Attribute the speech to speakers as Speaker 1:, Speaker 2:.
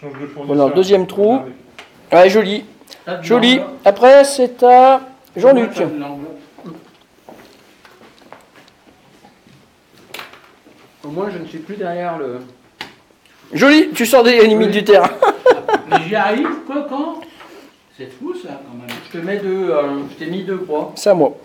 Speaker 1: Change de fournisseur.
Speaker 2: Voilà, le deuxième trou.
Speaker 1: Regardez.
Speaker 2: Ouais, joli.
Speaker 3: Là, tu
Speaker 2: Joli.
Speaker 3: l'enveloppes.
Speaker 2: Après, c'est à Jean-Luc.
Speaker 3: Là, tu l'enveloppes. Au moins, je ne suis plus derrière le.
Speaker 2: Joli, tu sors des limites du terrain.
Speaker 3: Mais j'y arrive, quoi, quand C'est fou, ça, quand même. Je te mets deux. euh, je t'ai mis deux, quoi.
Speaker 2: C'est à moi.